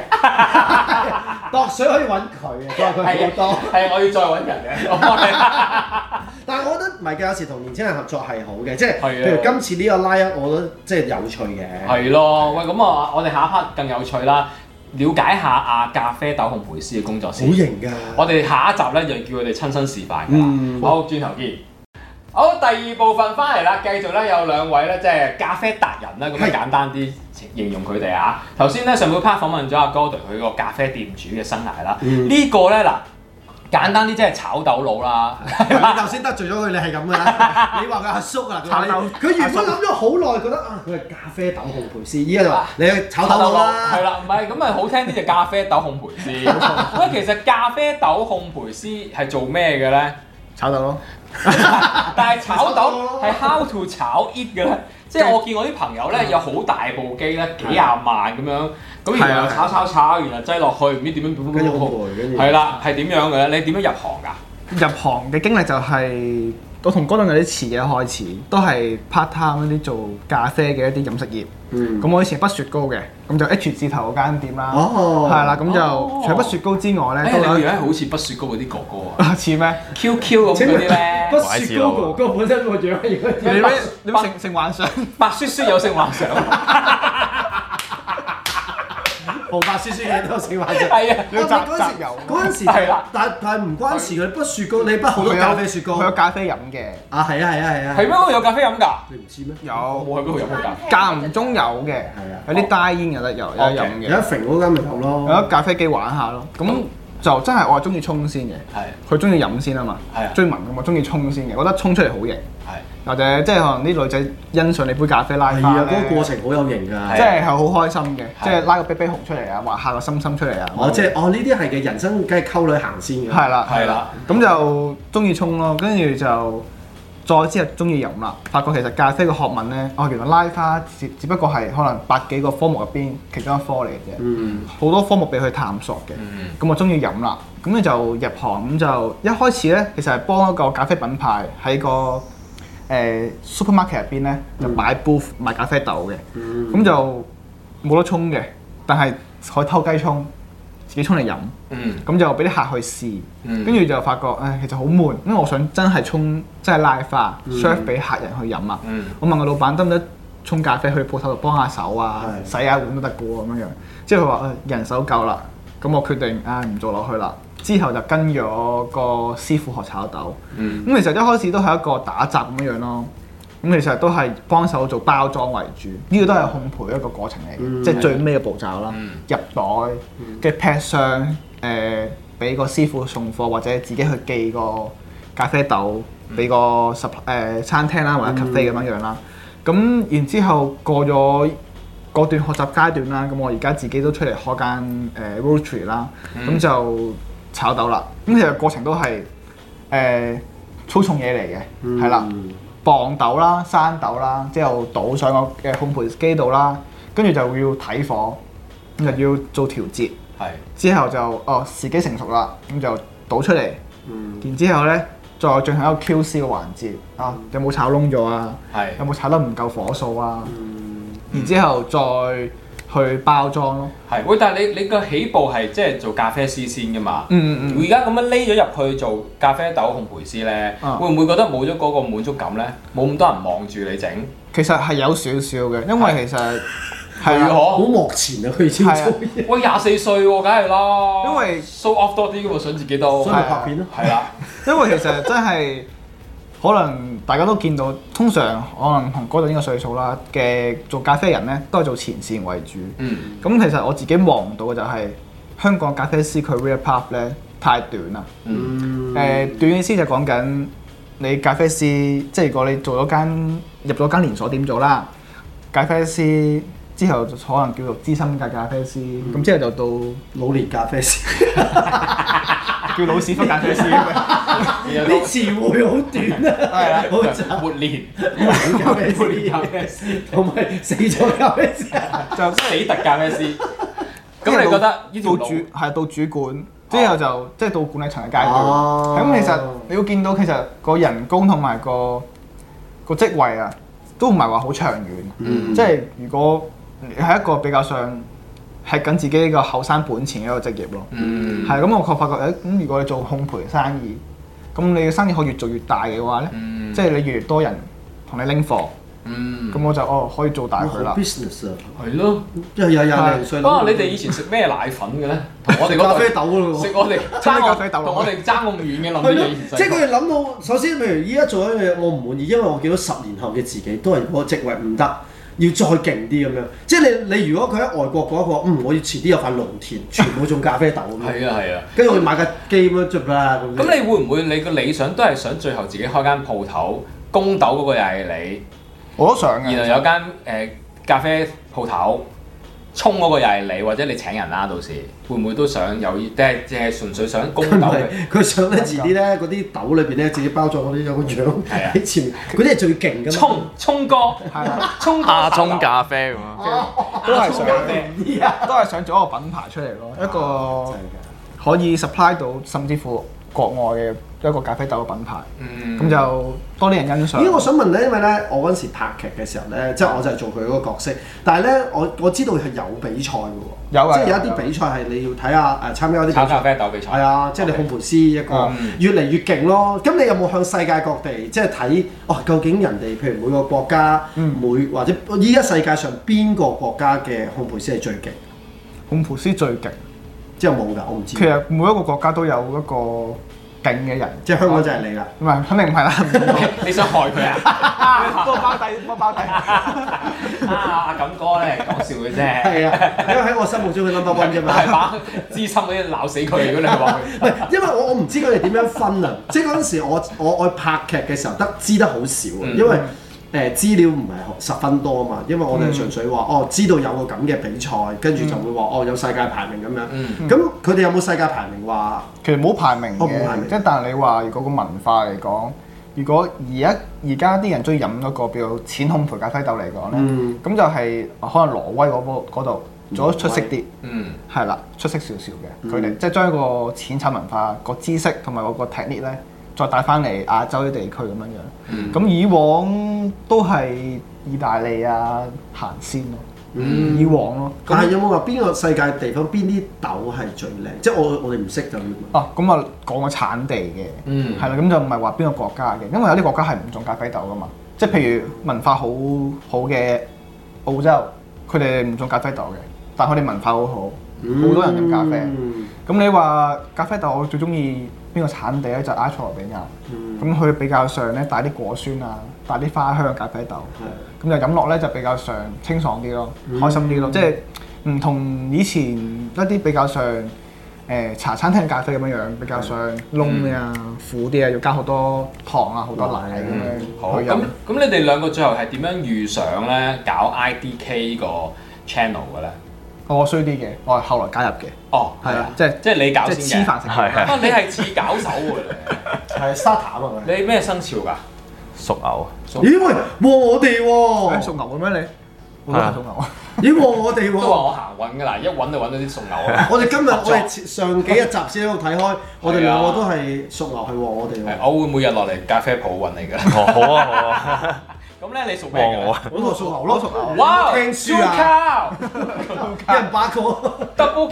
[SPEAKER 3] 度水可以揾佢嘅，佢話佢好多。
[SPEAKER 2] 係我要啊再揾人嘅。我
[SPEAKER 3] 但係我覺得唔係嘅，有時同年青人合作係好嘅，即係
[SPEAKER 2] 係啊
[SPEAKER 3] 譬如今次呢個拉 up，我覺得即係有趣嘅。
[SPEAKER 2] 係咯，喂，咁啊，我哋下一 part 更有趣啦，了解下啊咖啡豆烘焙師嘅工作
[SPEAKER 3] 好
[SPEAKER 2] 先。
[SPEAKER 3] 型㗎，
[SPEAKER 2] 我哋下一集咧就叫佢哋親身示範㗎啦。
[SPEAKER 3] 嗯
[SPEAKER 2] 好，轉頭見。好，第二部分翻嚟啦，繼續咧有兩位咧，即係咖啡達人啦，咁
[SPEAKER 3] 係
[SPEAKER 2] 樣簡單啲形容佢哋啊。頭先咧上半 part 訪問咗阿 Gordon 佢個咖啡店主嘅生涯啦，
[SPEAKER 3] 嗯
[SPEAKER 2] 呢個咧嗱簡單啲即係炒豆佬啦，
[SPEAKER 3] 你頭先得罪咗佢，你係咁㗎
[SPEAKER 2] [LAUGHS]
[SPEAKER 3] 啦。你話佢阿叔啊，佢話你
[SPEAKER 4] 炒豆
[SPEAKER 3] 佢原本諗咗好耐，覺得啊佢係咖啡豆烘焙師，依家就話你去炒豆
[SPEAKER 2] 豆
[SPEAKER 3] 佬
[SPEAKER 2] 佬
[SPEAKER 3] 啦
[SPEAKER 2] 係。啦，唔係咁啊，好聽啲就咖啡豆烘焙師。喂，其實咖啡豆烘焙師係做咩嘅咧？
[SPEAKER 4] 炒豆咯，
[SPEAKER 2] 但係炒
[SPEAKER 3] 炒豆
[SPEAKER 2] 豆
[SPEAKER 3] 咯
[SPEAKER 2] 係 how to 炒 it 嘅咧，即係我見我啲朋友咧有好大部機咧，幾廿萬咁樣，咁
[SPEAKER 4] 係
[SPEAKER 2] 然後
[SPEAKER 4] 啊
[SPEAKER 2] 炒炒炒，然後擠落去，唔知點樣
[SPEAKER 3] 跟住好攰跟住啊
[SPEAKER 2] 係啦，係點樣嘅咧？你點樣入行㗎？
[SPEAKER 4] 入行嘅經歷就係、我同嗰陣有啲遲嘅開始，都係 part time 一啲做咖啡嘅一啲飲食業。
[SPEAKER 3] 嗯
[SPEAKER 4] 咁我以前係北雪糕嘅，咁就 H 字頭嗰間店啦，
[SPEAKER 3] 哦
[SPEAKER 4] 係啦，咁
[SPEAKER 2] 哦
[SPEAKER 4] 就除咗北雪糕之外
[SPEAKER 2] 哎
[SPEAKER 4] 咧，
[SPEAKER 2] 呀，你個
[SPEAKER 4] 都有
[SPEAKER 2] 樣好似不雪糕嗰啲哥哥
[SPEAKER 4] [LAUGHS]
[SPEAKER 2] 啊
[SPEAKER 4] 啊似咩？
[SPEAKER 2] ，QQ 咁嗰啲咧
[SPEAKER 3] 不，雪糕哥哥本身個樣如果
[SPEAKER 4] 你咩？你
[SPEAKER 2] 北
[SPEAKER 4] 咩性性幻想？
[SPEAKER 2] 白雪雪有性幻想，
[SPEAKER 3] 無白雪雪嘅都成話啫。
[SPEAKER 2] 係啊，
[SPEAKER 3] 我哋嗰陣
[SPEAKER 4] 集
[SPEAKER 3] 時
[SPEAKER 4] 集有
[SPEAKER 3] 嗰陣時
[SPEAKER 2] 係啦
[SPEAKER 3] 就，但但係唔關事嘅，你不雪糕，你不好多咖啡雪糕
[SPEAKER 4] 佢有
[SPEAKER 3] 啊，
[SPEAKER 4] 咖啡飲嘅，
[SPEAKER 3] 係啊係啊係啊，
[SPEAKER 2] 係咩？我有咖啡飲㗎，
[SPEAKER 3] 你唔知咩？
[SPEAKER 2] 我
[SPEAKER 4] 有
[SPEAKER 2] 冇去邊度飲過咖啡。
[SPEAKER 4] 間唔中有嘅
[SPEAKER 3] 係啊，哦
[SPEAKER 4] 有啲 dye 煙有得有有得飲
[SPEAKER 3] 有
[SPEAKER 4] 嘅
[SPEAKER 3] 一，揈嗰間咪有
[SPEAKER 4] 有
[SPEAKER 3] 咯
[SPEAKER 4] 得。咖啡機玩下咯。咁就真係我係中意沖先嘅，
[SPEAKER 2] 係
[SPEAKER 4] 佢中意飲先啊嘛
[SPEAKER 2] 係啊，
[SPEAKER 4] 追文咁我中意沖先嘅，覺得沖出嚟好型，
[SPEAKER 2] 係。
[SPEAKER 4] 或者即係可能啲女仔欣賞你杯咖啡拉花
[SPEAKER 3] 係啊，
[SPEAKER 4] 咧
[SPEAKER 3] 嗰個過程好有型㗎。
[SPEAKER 4] 即係係好開心嘅，
[SPEAKER 2] 係
[SPEAKER 4] 即係拉個啤啤熊出嚟啊，畫下個心心出嚟啊，
[SPEAKER 3] 哦，即係哦，呢啲係嘅人生，梗係溝女行先嘅。
[SPEAKER 4] 係啦，
[SPEAKER 2] 係
[SPEAKER 4] 係
[SPEAKER 2] 啦
[SPEAKER 4] 啦，咁就中意沖咯，跟住就再之後中意飲啦。發覺其實咖啡嘅學問咧，哦原來拉花只只不過係可能百幾個科目入邊其中一科嚟嘅啫，
[SPEAKER 3] 嗯，
[SPEAKER 4] 好多科目俾佢探索嘅。
[SPEAKER 2] 嗯
[SPEAKER 4] 咁我中意飲啦，咁你就入行咁就一開始咧，其實係幫一個咖啡品牌喺個誒、呃 supermarket 入邊咧就擺 booth 賣咖啡豆嘅，咁、就冇得沖嘅，但係可以偷雞沖，自己沖嚟飲。
[SPEAKER 2] 嗯。
[SPEAKER 4] 咁就俾啲客去試
[SPEAKER 2] 嗯，
[SPEAKER 4] 跟住就發覺唉，其實好悶，因為我想真係沖，真係拉花 serve 俾客人去飲啊
[SPEAKER 2] 嗯。
[SPEAKER 4] 我問個老闆得唔得沖咖啡去鋪頭度幫下手啊，
[SPEAKER 3] 係
[SPEAKER 4] 洗下碗都得嘅喎咁樣樣。之後佢話唉呃人手夠啦，咁我決定唉唔做落去啦。之後就跟咗個師傅學炒豆，咁、
[SPEAKER 2] 嗯
[SPEAKER 4] 其實一開始都係一個打雜咁樣樣咯。咁其實都係幫手做包裝為主，呢、個都係烘焙一個過程嚟嘅，
[SPEAKER 3] 嗯
[SPEAKER 4] 即係嗯最尾嘅步驟啦。
[SPEAKER 2] 嗯
[SPEAKER 4] 入袋，跟住劈上誒，俾、個師傅送貨或者自己去寄個咖啡豆俾個十誒、餐廳啦或者 cafe 咁樣樣啦。咁、然之後過咗嗰段學習階段啦，咁我而家自己都出嚟開間誒 roastery 啦，咁、就炒豆啦。咁其實過程都係誒、粗重嘢嚟
[SPEAKER 3] 嗯
[SPEAKER 4] 嘅，係啦、磅豆啦、生豆啦，之後倒上個嘅烘焙機度啦，跟住就要睇火，就要做調節，
[SPEAKER 2] 係
[SPEAKER 4] 之後就哦時機成熟啦，咁就倒出嚟，
[SPEAKER 3] 嗯
[SPEAKER 4] 然之後咧再進行一個 QC 嘅環節啊，有冇炒窿咗啊？
[SPEAKER 2] 係
[SPEAKER 4] 有冇炒得唔夠火數啊？然之後再去包裝咯，
[SPEAKER 2] 係，喂！但係你你個起步係即係做咖啡師先噶嘛？
[SPEAKER 4] 嗯嗯嗯
[SPEAKER 2] 而家咁樣匿咗入去做咖啡豆烘焙師咧，
[SPEAKER 4] 啊
[SPEAKER 2] 會唔會覺得冇咗嗰個滿足感咧？冇咁多人望住你整，
[SPEAKER 4] 其實係有少少嘅，因為其實係
[SPEAKER 2] 如
[SPEAKER 4] 啊，
[SPEAKER 3] 好
[SPEAKER 2] 何？
[SPEAKER 3] 幕前啊，佢已經做
[SPEAKER 4] 係啊
[SPEAKER 3] 嘢，
[SPEAKER 2] 喂，廿四歲喎，梗係啦，
[SPEAKER 4] 因為
[SPEAKER 2] show off 多啲噶嘛，想自己都
[SPEAKER 4] 哦
[SPEAKER 3] 所以咪
[SPEAKER 4] 啊
[SPEAKER 3] 拍片咯。
[SPEAKER 2] 係啦，
[SPEAKER 4] 因為其實真係可能大家都見到，通常可能同嗰陣呢個歲數啦嘅做咖啡人咧，都係做前線為主。
[SPEAKER 2] 嗯，
[SPEAKER 4] 咁其實我自己望到嘅就係、香港咖啡師 career path 咧太短啦。
[SPEAKER 3] 嗯
[SPEAKER 4] 誒、短嘅意思就講緊你咖啡師，即係如果你做咗間入咗間連鎖店做啦，咖啡師之後就可能叫做資深嘅咖啡師，咁、之後就到
[SPEAKER 3] 老年咖啡師，
[SPEAKER 4] [LAUGHS] 叫老屎忽咖啡師咁樣。
[SPEAKER 3] [LAUGHS] 啲詞彙好短
[SPEAKER 4] 係
[SPEAKER 3] 啊
[SPEAKER 4] 啊，
[SPEAKER 3] 好渣。
[SPEAKER 2] 活練
[SPEAKER 3] 死咖啡
[SPEAKER 2] 活練咖
[SPEAKER 3] 師，
[SPEAKER 2] 啡師，
[SPEAKER 3] 同埋死咗咖啡師。
[SPEAKER 4] 就
[SPEAKER 2] 死特咖啡
[SPEAKER 4] [LAUGHS]
[SPEAKER 2] 師。咁你覺得呢條路
[SPEAKER 4] 到
[SPEAKER 2] 哦
[SPEAKER 4] 主係到主管之後就即係到管理層嘅階段。
[SPEAKER 3] 哦
[SPEAKER 4] 咁其實你會見到其實個人工同埋個個職位啊，都唔係話好長
[SPEAKER 2] 嗯
[SPEAKER 4] 遠。即係如果你係一個比較上係緊自己呢個後生本錢嘅一個職業咯。
[SPEAKER 2] 嗯
[SPEAKER 4] 係咁，我確發覺誒咁，如果你做烘焙生意，咁你嘅生意可以越做越大嘅話咧，
[SPEAKER 2] 嗯
[SPEAKER 4] 即係你越嚟越多人同你拎貨，
[SPEAKER 2] 嗯
[SPEAKER 4] 咁我就哦可以做大佢啦
[SPEAKER 3] 好。business 啊，
[SPEAKER 2] 係咯。
[SPEAKER 3] 即係有廿零歲佬。
[SPEAKER 2] 啊！你哋以前食咩奶粉嘅咧？同我哋嗰
[SPEAKER 3] 咖啡
[SPEAKER 2] 代
[SPEAKER 3] 豆咯
[SPEAKER 2] 食
[SPEAKER 3] 喎。
[SPEAKER 2] 我哋爭
[SPEAKER 4] 咖啡豆
[SPEAKER 2] 我同我哋爭咁遠嘅諗
[SPEAKER 3] 啊係
[SPEAKER 2] 啲
[SPEAKER 3] 咯
[SPEAKER 2] 嘢以前，細個
[SPEAKER 3] 即係佢哋諗到，首先譬如依家做一樣嘢，我唔滿意，因為我見到十年後嘅自己都係個職位唔得，要再勁啲咁樣。即係你你如果佢喺外國嗰一個，嗯，我要遲啲有塊農田，全部種咖啡豆咁樣，
[SPEAKER 2] 係啊係啊。
[SPEAKER 3] 跟住我要買架機咁樣做啦咁樣。
[SPEAKER 2] 咁你會唔會你個理想都係想最後自己開間鋪頭，供豆嗰個又係
[SPEAKER 4] 我都想
[SPEAKER 2] 你，
[SPEAKER 3] 嗯
[SPEAKER 4] 嘅。
[SPEAKER 2] 然後有間誒、呃咖啡鋪頭，沖嗰個又係你，或者你請人啦，到時會唔會都想有呢？即係即係純粹想供
[SPEAKER 3] 佢唔
[SPEAKER 2] 豆
[SPEAKER 3] 係
[SPEAKER 2] 嘅？
[SPEAKER 3] 佢上得遲啲咧，嗰啲豆裏邊咧自己包裝嗰啲有個樣
[SPEAKER 2] 啊係啊
[SPEAKER 3] 喺前面，嗰啲係最勁噶嘛。
[SPEAKER 2] 沖沖哥，
[SPEAKER 4] 係啊
[SPEAKER 2] 沖
[SPEAKER 5] 亞
[SPEAKER 2] 中
[SPEAKER 5] 中咖啡咁啊樣，
[SPEAKER 4] 都係想，
[SPEAKER 3] 沖咖
[SPEAKER 4] 都係想做一個品牌出嚟
[SPEAKER 3] 啊
[SPEAKER 4] 咯，一個可以 supply 到甚至乎國外嘅一個咖啡豆嘅品牌，
[SPEAKER 2] 嗯
[SPEAKER 4] 咁就多啲人欣賞。
[SPEAKER 3] 咦，我想問咧，因為咧，我嗰陣時拍劇嘅時候咧，即係我就係做佢嗰個角色，但係咧，我我知道係有比賽嘅喎，
[SPEAKER 4] 有啊
[SPEAKER 3] 即係有一
[SPEAKER 4] 有
[SPEAKER 3] 啲
[SPEAKER 4] 啊
[SPEAKER 3] 比賽係你要睇下誒參加啲比
[SPEAKER 2] 炒咖
[SPEAKER 3] 賽，
[SPEAKER 2] 啡豆比賽
[SPEAKER 3] 係。啊，即係你烘焙師一個
[SPEAKER 2] 嗯
[SPEAKER 3] 越嚟越勁咯。咁你有冇向世界各地即係睇哦？究竟人哋譬如每個國家每或者哦依家世界上邊個國家嘅烘焙師係最勁？
[SPEAKER 4] 烘焙師最勁，
[SPEAKER 3] 即係冇㗎，我唔知
[SPEAKER 4] 其。實每一個國家都有一個勁嘅人，
[SPEAKER 3] 即係香港就係你啦。
[SPEAKER 4] 唔係肯定唔係啦，唔同
[SPEAKER 3] [LAUGHS]
[SPEAKER 4] [LAUGHS]
[SPEAKER 2] 你想害佢啊？ [LAUGHS]
[SPEAKER 4] 幫我包底，幫我包底。
[SPEAKER 2] 啊，阿錦哥咧講笑嘅啫，
[SPEAKER 3] 係啊，因為喺我心目中佢 number one 啫嘛。
[SPEAKER 2] 大把資深嗰啲鬧死佢，如果你話佢。
[SPEAKER 3] [LAUGHS] 唔係，因為我我唔知佢哋點樣分啊！ [LAUGHS] 即係嗰陣時我我我拍劇嘅時候得知得好少啊，
[SPEAKER 2] 嗯
[SPEAKER 3] 因為誒、資料唔係十分多啊嘛，因為我
[SPEAKER 2] 嗯
[SPEAKER 3] 哋純粹話、哦知道有個咁嘅比賽，跟住就會話、哦有世界排名咁
[SPEAKER 2] 嗯
[SPEAKER 4] 嗯
[SPEAKER 3] 樣。咁佢哋有冇世界排名話？
[SPEAKER 4] 其實冇排名
[SPEAKER 3] 哦冇排名
[SPEAKER 4] 嘅，即係但係你話如果個文化嚟講，如果而家而家啲人中意飲嗰個叫淺烘焙咖啡豆嚟講咧，咁、
[SPEAKER 3] 嗯
[SPEAKER 4] 就係啊可能挪威嗰波嗰度做得出色啲，
[SPEAKER 2] 嗯
[SPEAKER 4] 係啦，出色少少嘅，佢哋、即係將一個淺產文化個知識同埋嗰個 technique 咧，再帶翻嚟亞洲啲地區咁樣樣。咁、以往都係意大利啊行先咯，以往咯。
[SPEAKER 3] 但係有冇啊話邊個世界地方邊啲豆係最靚？即係我我哋唔識就咁樣
[SPEAKER 4] 哦，咁啊講個產地嘅，
[SPEAKER 2] 嗯
[SPEAKER 4] 係啦，咁就唔係話邊個國家嘅，因為有啲國家係唔種咖啡豆噶嘛，即係譬如文化好好嘅澳洲，佢哋唔種咖啡豆嘅，但係佢哋文化好好，好多人飲咖啡。
[SPEAKER 3] 嗯
[SPEAKER 4] 咁你話咖啡豆我最中意邊個產地咧？就埃塞俄比亞，咁佢比較上咧帶啲果酸啊，帶啲花香嘅咖啡豆，
[SPEAKER 3] 嗯
[SPEAKER 4] 咁就飲落咧就比較上清爽啲咯，開心啲咯，即係唔同以前一啲比較上誒、茶餐廳咖啡咁樣樣，比較上燶啲啊、苦啲啊，要加好多糖啊、好多奶
[SPEAKER 2] 好。
[SPEAKER 4] 咁樣去
[SPEAKER 2] 咁
[SPEAKER 4] 飲。
[SPEAKER 2] 咁，你哋兩個最後係點樣遇上咧搞 IDK 個 channel 嘅咧？
[SPEAKER 4] 我衰啲嘅，我係後來加入嘅，
[SPEAKER 2] 哦，
[SPEAKER 4] 係啊，即係
[SPEAKER 2] 即係你搞
[SPEAKER 4] 即
[SPEAKER 2] 先
[SPEAKER 4] 係
[SPEAKER 2] 嘅。
[SPEAKER 4] 黐飯食
[SPEAKER 5] 係係
[SPEAKER 2] 啊，你係似搞手喎
[SPEAKER 3] 係沙塔啊嘛。
[SPEAKER 2] 你，你咩生肖㗎？
[SPEAKER 5] 熟牛。
[SPEAKER 3] 咦喂，旺我哋喎、
[SPEAKER 4] 誒屬牛嘅咩你？我都係屬牛啊！
[SPEAKER 3] 咦旺我哋喎、
[SPEAKER 2] 哎都話我行運㗎啦，一揾就揾到啲送牛啊！
[SPEAKER 3] 我哋今日我哋前上幾一集先喺度睇開，我哋兩個都係屬牛係啊喎，我哋
[SPEAKER 2] 係
[SPEAKER 3] 喎
[SPEAKER 2] 我會每日落嚟咖啡鋪揾你㗎啦。
[SPEAKER 5] 哦，好啊，好啊， [LAUGHS]
[SPEAKER 2] 咁咧，你屬咩
[SPEAKER 5] 旺我
[SPEAKER 2] 㗎
[SPEAKER 5] 啊
[SPEAKER 2] 咧？
[SPEAKER 3] 我都係屬牛咯，屬牛
[SPEAKER 2] 哇
[SPEAKER 3] 聽書啊，
[SPEAKER 2] [LAUGHS] ！Cow，double
[SPEAKER 3] 一人八個，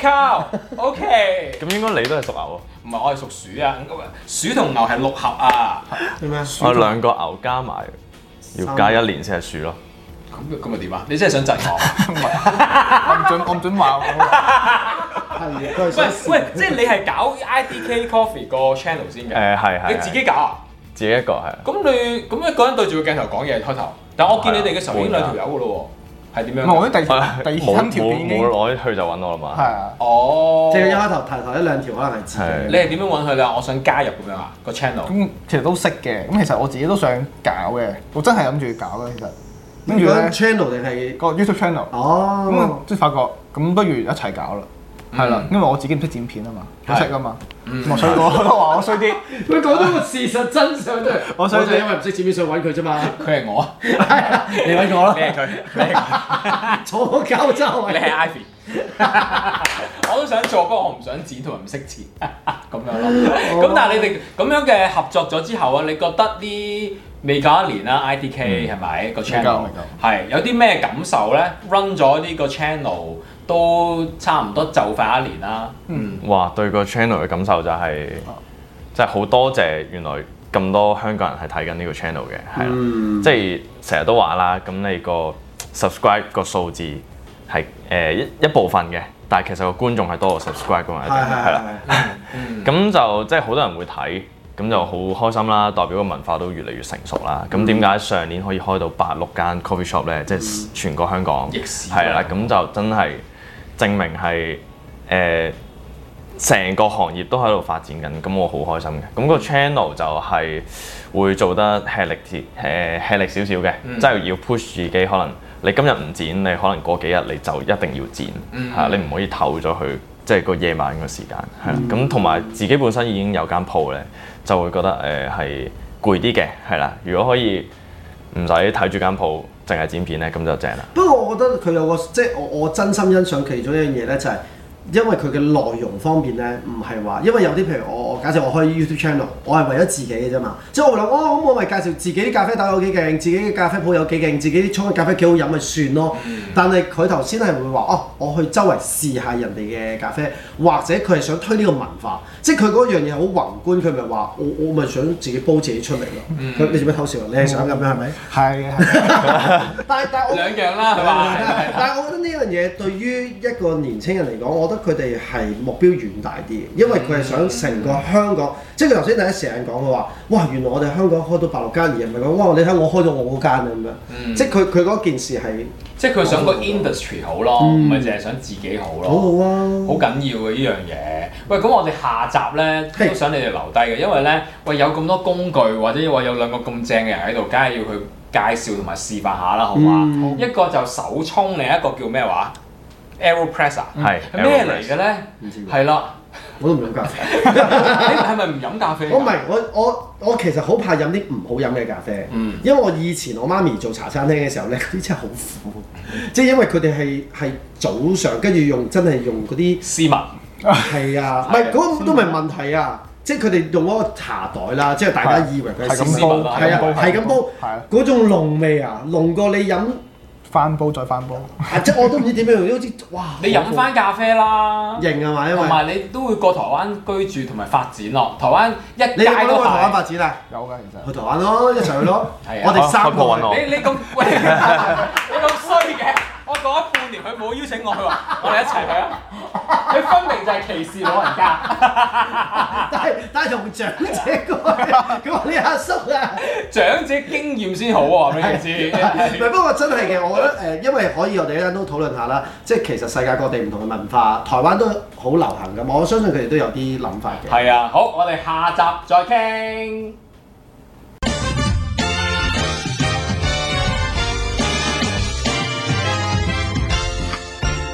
[SPEAKER 2] cow，OK。
[SPEAKER 5] 咁應該你都係熟牛
[SPEAKER 2] 唔係，我係屬鼠啊！鼠同牛係六合啊！
[SPEAKER 3] 係 [LAUGHS] 咩？
[SPEAKER 5] 喎，我兩個牛加埋要加一年先係樹咯。
[SPEAKER 2] 咁咁咪點啊？你真係想窒我？
[SPEAKER 4] 我唔
[SPEAKER 5] [LAUGHS]
[SPEAKER 4] 準，我唔準話我。
[SPEAKER 3] 係啊
[SPEAKER 2] [LAUGHS]
[SPEAKER 3] 都係
[SPEAKER 2] 喂
[SPEAKER 3] 想試
[SPEAKER 2] 喂，即係你係搞 IDK Coffee 個 channel 先嘅，
[SPEAKER 5] 誒係係，
[SPEAKER 2] 你自己搞啊？
[SPEAKER 5] 自己一個係。
[SPEAKER 2] 咁你咁一個人對住個鏡頭講嘢開頭，但我見你哋嘅時候已經
[SPEAKER 5] 係啊
[SPEAKER 2] 兩條友嘅咯喎，係點樣
[SPEAKER 4] 唔係，我
[SPEAKER 2] 㗎？
[SPEAKER 4] 啲第
[SPEAKER 5] 冇
[SPEAKER 4] 第二三條片已經
[SPEAKER 5] 啊冇冇攞去就揾我啦嘛。
[SPEAKER 4] 係啊，
[SPEAKER 2] 哦，
[SPEAKER 3] 即係一開頭提頭一兩條可能係自
[SPEAKER 2] 你
[SPEAKER 5] 係
[SPEAKER 3] 己，
[SPEAKER 2] 係點樣揾佢啦？我想加入咁樣啊個 channel。
[SPEAKER 4] 咁其實都識嘅。咁其實我自己都想搞嘅，我真係諗住搞嘅。其實跟
[SPEAKER 3] 跟住
[SPEAKER 4] 住咧
[SPEAKER 3] channel 定係
[SPEAKER 4] 個 YouTube channel，咁啊
[SPEAKER 3] 哦，
[SPEAKER 4] 即係發覺咁不如一齊搞啦。係啦，因為我自己唔識剪片啊嘛，我識啊嘛，
[SPEAKER 2] 嗯
[SPEAKER 4] 我衰過，我話我衰啲，
[SPEAKER 3] 佢講到個事實真相啫，
[SPEAKER 4] 我想
[SPEAKER 3] 就因為唔識剪片想揾佢啫嘛，
[SPEAKER 2] 佢係我啊，你
[SPEAKER 3] 你揾我啦，
[SPEAKER 2] 係佢，你係佢
[SPEAKER 3] [LAUGHS] 坐交周
[SPEAKER 2] [LAUGHS] 你係
[SPEAKER 3] 圍，
[SPEAKER 2] Ivy。我 [LAUGHS] 都想做，不過我唔想剪同埋唔識剪咁樣咯。咁但係你哋咁樣嘅合作咗之後啊，你覺得呢未夠一年啦，IDK 係咪個 channel
[SPEAKER 4] 未
[SPEAKER 2] 係有啲咩感受咧？run 咗呢個 channel 都差唔多就快一年啦。嗯，
[SPEAKER 5] 哇！對個 channel 嘅感受就係、
[SPEAKER 4] 哦
[SPEAKER 5] 即係好多謝原來咁多香港人係睇緊呢個 channel 嘅，係啦，
[SPEAKER 3] 嗯
[SPEAKER 5] 即係成日都話啦，咁你個 subscribe 個數字係誒、呃一一部分嘅，但係其實個觀眾係多過 subscribe 嘅嘛，一定係啦，
[SPEAKER 3] 係
[SPEAKER 5] 咁就即係好多人會睇。咁就好開心啦，代表個文化都越嚟越成熟啦。咁點解上年可以開到八六間 coffee shop 咧？即係全個香港，
[SPEAKER 2] 逆市
[SPEAKER 5] 係啦。咁就真係證明係誒成個行業都喺度發展緊。咁我好開心嘅。咁、個 channel 就係會做得吃力啲，誒、吃力少少嘅，即係要 push 自己。可能你今日唔剪，你可能過幾日你就一定要剪，係、你唔可以唞咗佢，即係個夜晚個時間係啦。咁同埋自己本身已經有間鋪咧，就會覺得誒係攰啲嘅，係啦。如果可以唔使睇住間鋪，淨係剪片咧，咁就正啦。
[SPEAKER 3] 不過我覺得佢有個即係我我真心欣賞其中一樣嘢咧，就係、因為佢嘅內容方面咧，唔係話，因為有啲譬如我我假設我開 YouTube channel，我係為咗自己嘅啫嘛，即係我會諗哦咁我咪介紹自己啲咖啡豆有幾勁，自己嘅咖啡鋪有幾勁，自己啲沖嘅咖啡幾好飲咪算咯。但係佢頭先係會話哦，我去周圍試下人哋嘅咖啡，或者佢係想推呢個文化，即係佢嗰樣嘢好宏觀，佢咪話我我咪想自己煲自己出嚟咯。佢、你做咩偷笑啊？你係想咁樣係咪？
[SPEAKER 4] 係嘅係嘅，
[SPEAKER 3] 但係但係我
[SPEAKER 2] 兩樣啦，係嘛？
[SPEAKER 3] 但係我覺得呢樣嘢對於一個年青人嚟講，我覺得佢哋係目標遠大啲嘅，因為
[SPEAKER 2] 嗯
[SPEAKER 3] 佢係想成個香港，即係佢頭先第一時間講佢話，哇！原來我哋香港開到百六間，而唔係講哇！你睇我開到我嗰間啊咁樣，
[SPEAKER 2] 嗯
[SPEAKER 3] 即係佢佢嗰件事係
[SPEAKER 2] 即係佢想個 industry 好咯，唔係淨係想自己好咯。
[SPEAKER 3] 好好啊。
[SPEAKER 2] 好緊要嘅呢樣嘢。喂，咁我哋下集咧
[SPEAKER 3] 係
[SPEAKER 2] 都想你哋留低嘅，因為咧喂有咁多工具或者話有兩個咁正嘅人喺度，梗係要去介紹同埋示範下啦，好嘛？
[SPEAKER 3] 嗯
[SPEAKER 2] 一個就手沖，另一個叫咩話？Aeropress 啊，
[SPEAKER 5] 係
[SPEAKER 2] 係咩嚟嘅咧
[SPEAKER 3] 唔知？
[SPEAKER 2] 係啦，
[SPEAKER 3] 我都唔飲咖啡，
[SPEAKER 2] 你係咪唔飲咖啡？
[SPEAKER 3] 我唔係我我我其實好怕飲啲唔好飲嘅咖啡，
[SPEAKER 2] 嗯
[SPEAKER 3] 因為我以前我媽咪做茶餐廳嘅時候咧，嗰啲真係好苦，即係因為佢哋係係早上跟住用真係用嗰啲。
[SPEAKER 2] 斯文，
[SPEAKER 3] [LAUGHS] 係啊，唔係嗰個都唔係問題啊，即係佢哋用嗰個茶袋啦，即係大家以為佢
[SPEAKER 4] 係
[SPEAKER 3] 係
[SPEAKER 4] 咁
[SPEAKER 2] 試
[SPEAKER 3] 絲襪
[SPEAKER 2] 問
[SPEAKER 4] 煲，
[SPEAKER 2] 啦
[SPEAKER 3] 係啊，係咁煲
[SPEAKER 4] 係啊，，
[SPEAKER 3] 嗰種濃味啊，濃過你飲，
[SPEAKER 4] 翻煲再翻煲，
[SPEAKER 3] 啊即係我都唔知點樣用，好似哇，
[SPEAKER 2] 你飲翻咖啡啦。
[SPEAKER 3] 型啊嘛，因
[SPEAKER 2] 同
[SPEAKER 3] 為
[SPEAKER 2] 埋你都會過台灣居住同埋發展咯，台灣一
[SPEAKER 3] 你有冇
[SPEAKER 2] 街
[SPEAKER 3] 諗
[SPEAKER 2] 都
[SPEAKER 3] 過台灣
[SPEAKER 2] 係。
[SPEAKER 3] 發展啊？
[SPEAKER 4] 有嘅其實
[SPEAKER 3] 去台灣咯，一齊去咯
[SPEAKER 2] 係啊，
[SPEAKER 3] 我哋三個
[SPEAKER 5] 開鋪搵
[SPEAKER 3] 去
[SPEAKER 5] 我
[SPEAKER 2] 你 [LAUGHS] 你咁喂，你咁衰嘅！我講咗半年，佢冇邀請我，佢話 [LAUGHS] 我哋一齊去啊！佢分明就係歧視老人家，啊
[SPEAKER 3] 但係但係同長者過去，佢話你阿叔啊。
[SPEAKER 2] [LAUGHS] 長者經驗先好喎，你知
[SPEAKER 3] 唔
[SPEAKER 2] [LAUGHS]
[SPEAKER 3] 係，不過真係嘅，我覺得誒、因為可以我哋一陣都討論下啦，即係其實世界各地唔同嘅文化，台灣都好流行㗎嘛，我相信佢哋都有啲諗法嘅。
[SPEAKER 2] 係啊，好，我哋下集再傾。